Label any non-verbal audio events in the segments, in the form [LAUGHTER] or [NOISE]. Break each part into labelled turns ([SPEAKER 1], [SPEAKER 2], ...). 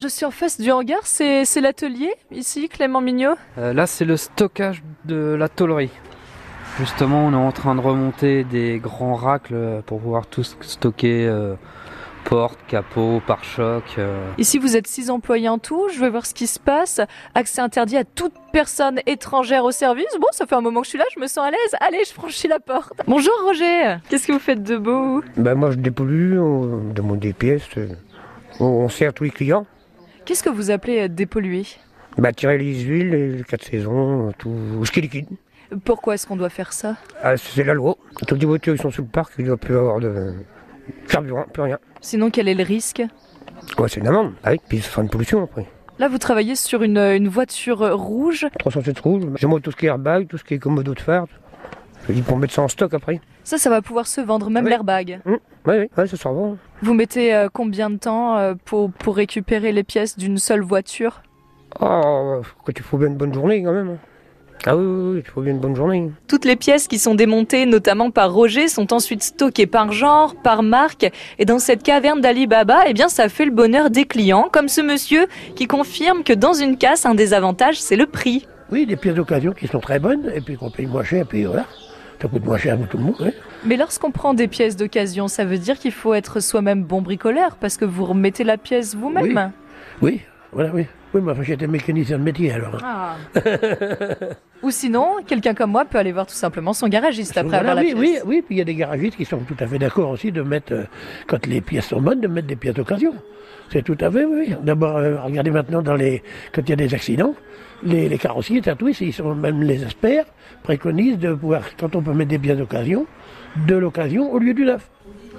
[SPEAKER 1] Je suis en face du hangar, c'est c'est l'atelier ici, Clément Mignot.
[SPEAKER 2] Euh, là, c'est le stockage de la tôlerie. Justement, on est en train de remonter des grands racles euh, pour pouvoir tout stocker euh, porte, capot, pare-choc. euh.
[SPEAKER 1] Ici, vous êtes six employés en tout. Je veux voir ce qui se passe. Accès interdit à toute personne étrangère au service. Bon, ça fait un moment que je suis là, je me sens à l'aise. Allez, je franchis la porte. Bonjour Roger. Qu'est-ce que vous faites de beau
[SPEAKER 3] Ben moi je dépollue, on demande des pièces, euh, on, on sert tous les clients.
[SPEAKER 1] Qu'est-ce que vous appelez euh, dépolluer
[SPEAKER 3] Ben tirer les huiles, les quatre saisons, tout ce qui est liquide.
[SPEAKER 1] Pourquoi est-ce qu'on doit faire ça
[SPEAKER 3] Ah, c'est la loi. Tous les voitures qui sont sous le parc, il ne doit plus avoir de carburant, plus rien.
[SPEAKER 1] Sinon, quel est le risque
[SPEAKER 3] Ouais, c'est une amende. Ah oui, puis ce sera une pollution après.
[SPEAKER 1] Là, vous travaillez sur une, euh, une voiture euh, rouge.
[SPEAKER 3] 307 rouges, j'ai moi tout ce qui est airbag, tout ce qui est commodo de phare. Ils pourront mettre ça en stock après.
[SPEAKER 1] Ça, ça va pouvoir se vendre, même
[SPEAKER 3] Oui.
[SPEAKER 1] l'airbag.
[SPEAKER 3] Oui, oui, ouais, ça sera bon.
[SPEAKER 1] Vous mettez euh, combien de temps euh, pour, pour récupérer les pièces d'une seule voiture
[SPEAKER 3] Oh, quand il faut bien une bonne journée quand même. Ah oui, oui, oui, il faut bien une bonne journée.
[SPEAKER 1] Toutes les pièces qui sont démontées, notamment par Roger, sont ensuite stockées par genre, par marque. Et dans cette caverne d'Ali Baba, eh bien, ça fait le bonheur des clients, comme ce monsieur qui confirme que dans une casse, un des avantages, c'est le prix.
[SPEAKER 4] Oui, des pièces d'occasion qui sont très bonnes et puis qu'on paye moins cher, puis voilà. Ça coûte moins cher à tout le monde. hein.
[SPEAKER 1] Mais lorsqu'on prend des pièces d'occasion, ça veut dire qu'il faut être soi-même bon bricoleur, parce que vous remettez la pièce vous-même.
[SPEAKER 4] Oui, voilà, oui. Oui, mais enfin, j'étais mécanicien de métier alors. hein. [LAUGHS]
[SPEAKER 1] Ah. Ou sinon, quelqu'un comme moi peut aller voir tout simplement son garagiste après
[SPEAKER 4] Voilà,
[SPEAKER 1] avoir la
[SPEAKER 4] oui,
[SPEAKER 1] pièce.
[SPEAKER 4] oui, oui, puis il y a des garagistes qui sont tout à fait d'accord aussi de mettre, euh, quand les pièces sont bonnes, de mettre des pièces d'occasion. C'est tout à fait, oui. D'abord, euh, regardez maintenant dans les, quand il y a des accidents, les, les carrossiers, tatoués, ils sont même les experts, préconisent de pouvoir, quand on peut mettre des pièces d'occasion, de l'occasion au lieu du neuf.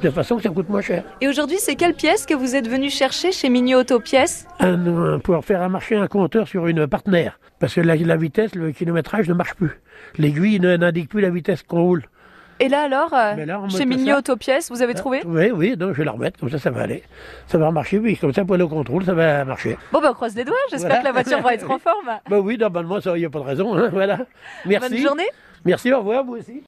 [SPEAKER 4] De façon que ça coûte moins cher.
[SPEAKER 1] Et aujourd'hui, c'est quelle pièce que vous êtes venu chercher chez Mignot Autopièces
[SPEAKER 4] un, un- pour faire marcher un compteur sur une partenaire. Parce que la, la vitesse, le kilométrage ne marche plus. L'aiguille ne- n'indique plus la vitesse qu'on roule.
[SPEAKER 1] Et là alors, euh,
[SPEAKER 4] Mais là, on
[SPEAKER 1] chez
[SPEAKER 4] met
[SPEAKER 1] Mignot
[SPEAKER 4] ça.
[SPEAKER 1] Autopièces, vous avez trouvé
[SPEAKER 4] Oui, oui, donc je vais la remettre, comme ça, ça va aller. Ça va marcher, oui, comme ça, pour le contrôle, ça va marcher.
[SPEAKER 1] Bon, ben, on croise les doigts. J'espère
[SPEAKER 4] Voilà.
[SPEAKER 1] que la voiture va
[SPEAKER 4] [LAUGHS]
[SPEAKER 1] être en forme.
[SPEAKER 4] Bah oui, normalement, ça, il n'y a pas de raison, hein, [LAUGHS] voilà. Merci.
[SPEAKER 1] Bonne journée.
[SPEAKER 4] Merci, au revoir, vous aussi.